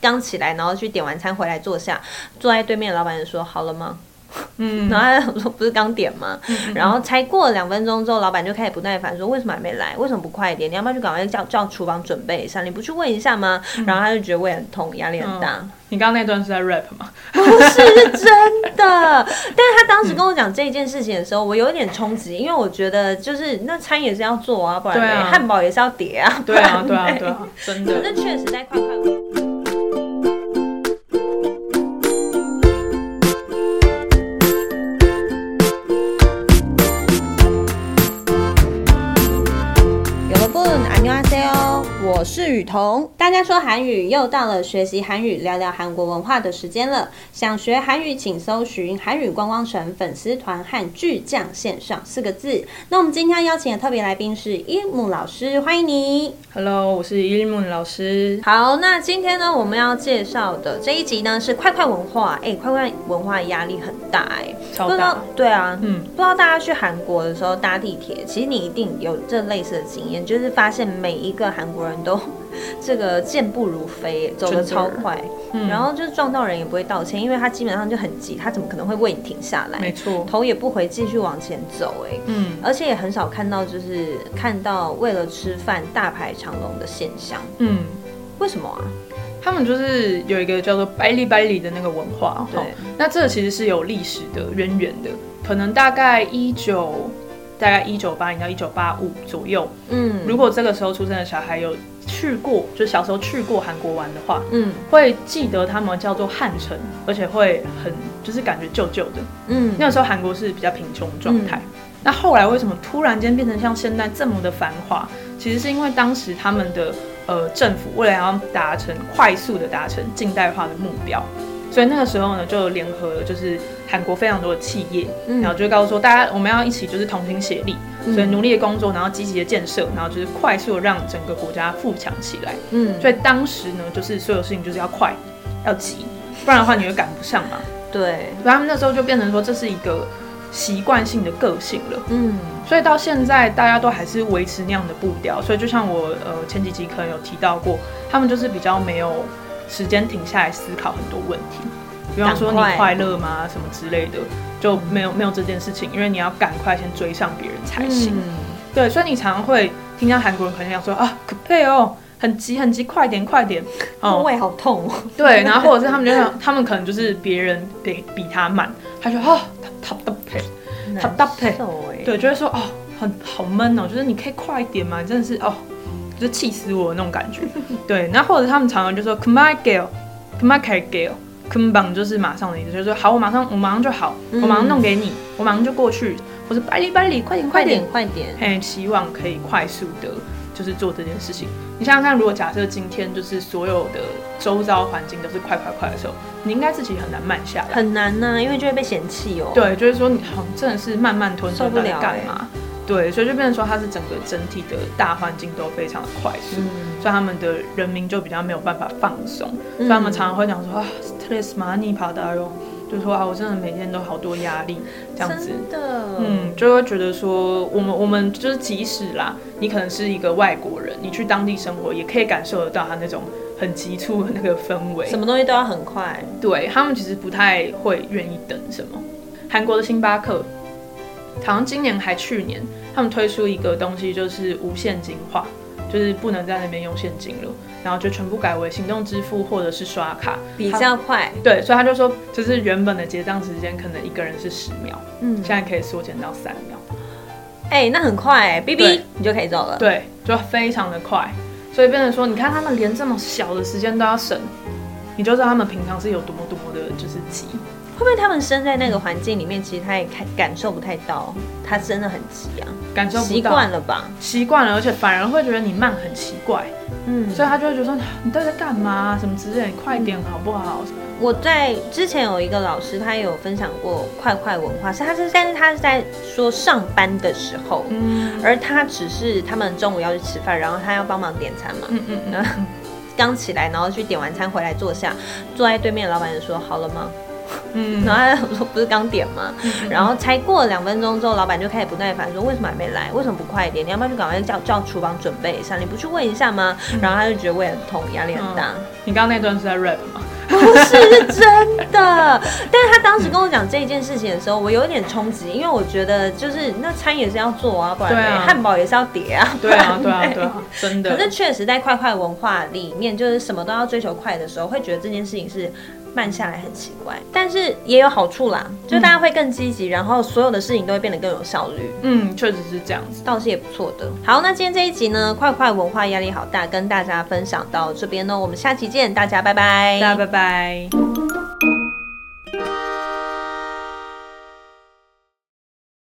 刚起来，然后去点完餐回来坐下，坐在对面的老板就说：“好了吗？”嗯，然后他想说不是刚点吗？嗯然后才过了两分钟之后，老板就开始不耐烦说：“为什么还没来？为什么不快一点？你要不要去赶快叫叫厨房准备一下？你不去问一下吗？”嗯然后他就觉得胃很痛，压力很大。你刚刚那段是在 rap 吗？ 不是，是真的。但是他当时跟我讲这件事情的时候，我有一点冲击，因为我觉得就是那餐也是要做啊，不然嘞、对啊汉堡也是要叠啊。对 啊，对不啊，然嘞对啊，真可的。是哦确实在快快问。有个不안녕하세요，我是雨桐。大家说韩语，又到了学习韩语、聊聊韩国文化的时间了。想学韩语，请搜寻“韩语观光城”粉丝团和“巨匠线上”四个字。那我们今天邀请的特别来宾是一木老师，欢迎你。 Hello，我是伊木老师。好，那今天呢，我们要介绍的这一集呢是快快文化。哎、快快文化压力很大哎、超不知大道对啊，嗯不知道大家去韩国的时候搭地铁，其实你一定有这类似的经验，就是发现每一个韩国人都 这个健步如飞，走得真的嗯超快，然后就是撞到人也不会道歉，因为他基本上就很急，他怎么可能会为你停下没来？错。头也不回，继续往前走哎、嗯而且也很少看到，就是看到为了吃饭大排长龙的现象，嗯，为什么啊？他们就是有一个叫做“百里百里”的那个文化。对哈那这其实是有历史的渊源的，可能大概一九。大概一九八零到一九八五左右，嗯，如果这个时候出生的小孩有去过，就小时候去过韩国玩的话，嗯会记得他们叫做汉城，而且会很就是感觉旧旧的。嗯，那个时候韩国是比较贫穷的状态。那后来为什么突然间变成像现在这么的繁华？其实是因为当时他们的呃政府为了要达成快速的达成近代化的目标，所以那个时候呢就联合了就是韩国非常多的企业，嗯然后就告诉说大家我们要一起就是同心协力，所以努力的工作，然后积极的建设，然后就是快速的让整个国家富强起来。嗯，所以当时呢就是所有事情就是要快，要急，不然的话你会赶不上嘛。对，所以他们那时候就变成说这是一个习惯性的个性了，嗯所以到现在大家都还是维持那样的步调。所以就像我呃前几集可能有提到过，他们就是比较没有时间停下来思考很多问题，比方说你赶快快乐吗什么之类的，就没有没有这件事情，因为你要赶快先追上别人才行。嗯对，所以你常常会听到韩国人可能讲说啊，可配哦。很急，很急，快点，快点！哦，胃好痛哦，对，然后或者是他们就想，他们可能就是别人比比他慢，他就哦，他他他配，他搭配受哎，对，就会说哦，很好闷哦，就是你可以快一点嘛，真的是哦，就是气死我的那种感 觉。对，然后或者他们常常就说 come on girl，come on girl。come on 就是马上的意思，就是说好，我马上，我马上就好，我马上弄给你，我马上就过去，或是百里百里，快点嗯快快点点，快点，很希望可以快速的，就是做这件事情。你想想看，如果假设今天就是所有的周遭环境都是快快快的时候，你应该自己很难慢下来。很难呐，因为就会被嫌弃哦。，对，就是说你好像真的是慢慢吞受吞不到了欸底干嘛？对，所以就变成说它是整个整体的大环境都非常的快速，嗯所以他们的人民就比较没有办法放松，所以他嗯们常常会讲说啊，stress money 跑到哟，就是说啊，我真的每天都好多压力这样子。真的，嗯，就会觉得说，我们我们就是即使啦，你可能是一个外国人，你去当地生活，也可以感受得到他那种很急促的那个氛围。什么东西都要很快，对他们其实不太会愿意等什么。韩国的星巴克，好像今年还去年，他们推出一个东西，就是无现金化，就是不能在那边用现金了，然后就全部改为行动支付或者是刷卡。比较快，对，所以他就说，就是原本的结账时间可能一个人是十秒，嗯现，在可以缩减到三秒。哎，那很快哎，哔哔对你就可以走了。对，就非常的快，所以变成说，你看他们连这么小的时间都要省，你就知道他们平常是有多么多么的，就是急。会不会他们生在那个环境里面，其实他也看感受不太到，他真的很急啊，感受不到习惯了吧？习惯了，而且反而会觉得你慢很奇怪，嗯，所以他就会觉得说你到底在干嘛、什么之类的，你快点好不好？我在之前有一个老师，他也有分享过快快文化，是他是，但是他是在说上班的时候，嗯而他只是他们中午要去吃饭，然后他要帮忙点餐嘛，嗯嗯嗯，刚起来，然后去点完餐回来坐下，坐在对面的老板就说：“好了吗？”嗯然后他想说不是刚点吗？然后才过了两分钟之后，老板就开始不耐烦说为什么还没来？为什么不快一点？你要不要去赶快叫叫厨房准备一下？你不去问一下吗？嗯然后他就觉得胃很痛，压力很大。你刚刚那段是在 rap 吗？不 是是真的，但是他当时跟我讲这一件事情的时候，我有一点冲击，因为我觉得就是那餐也是要做啊，不然嘞、对啊汉堡也是要叠啊，对啊，不 对然啊，嘞对啊，真的。可是确实，在快快文化里面，就是什么都要追求快的时候，会觉得这件事情是慢下来很奇怪，但是也有好处啦，就大家会更积极，然后所有的事情都会变得更有效率。嗯，确实是这样子。倒是也不错的。好，那今天这一集呢，快快文化压力好大，跟大家分享到这边呢，我们下期见，大家拜拜，大家拜拜。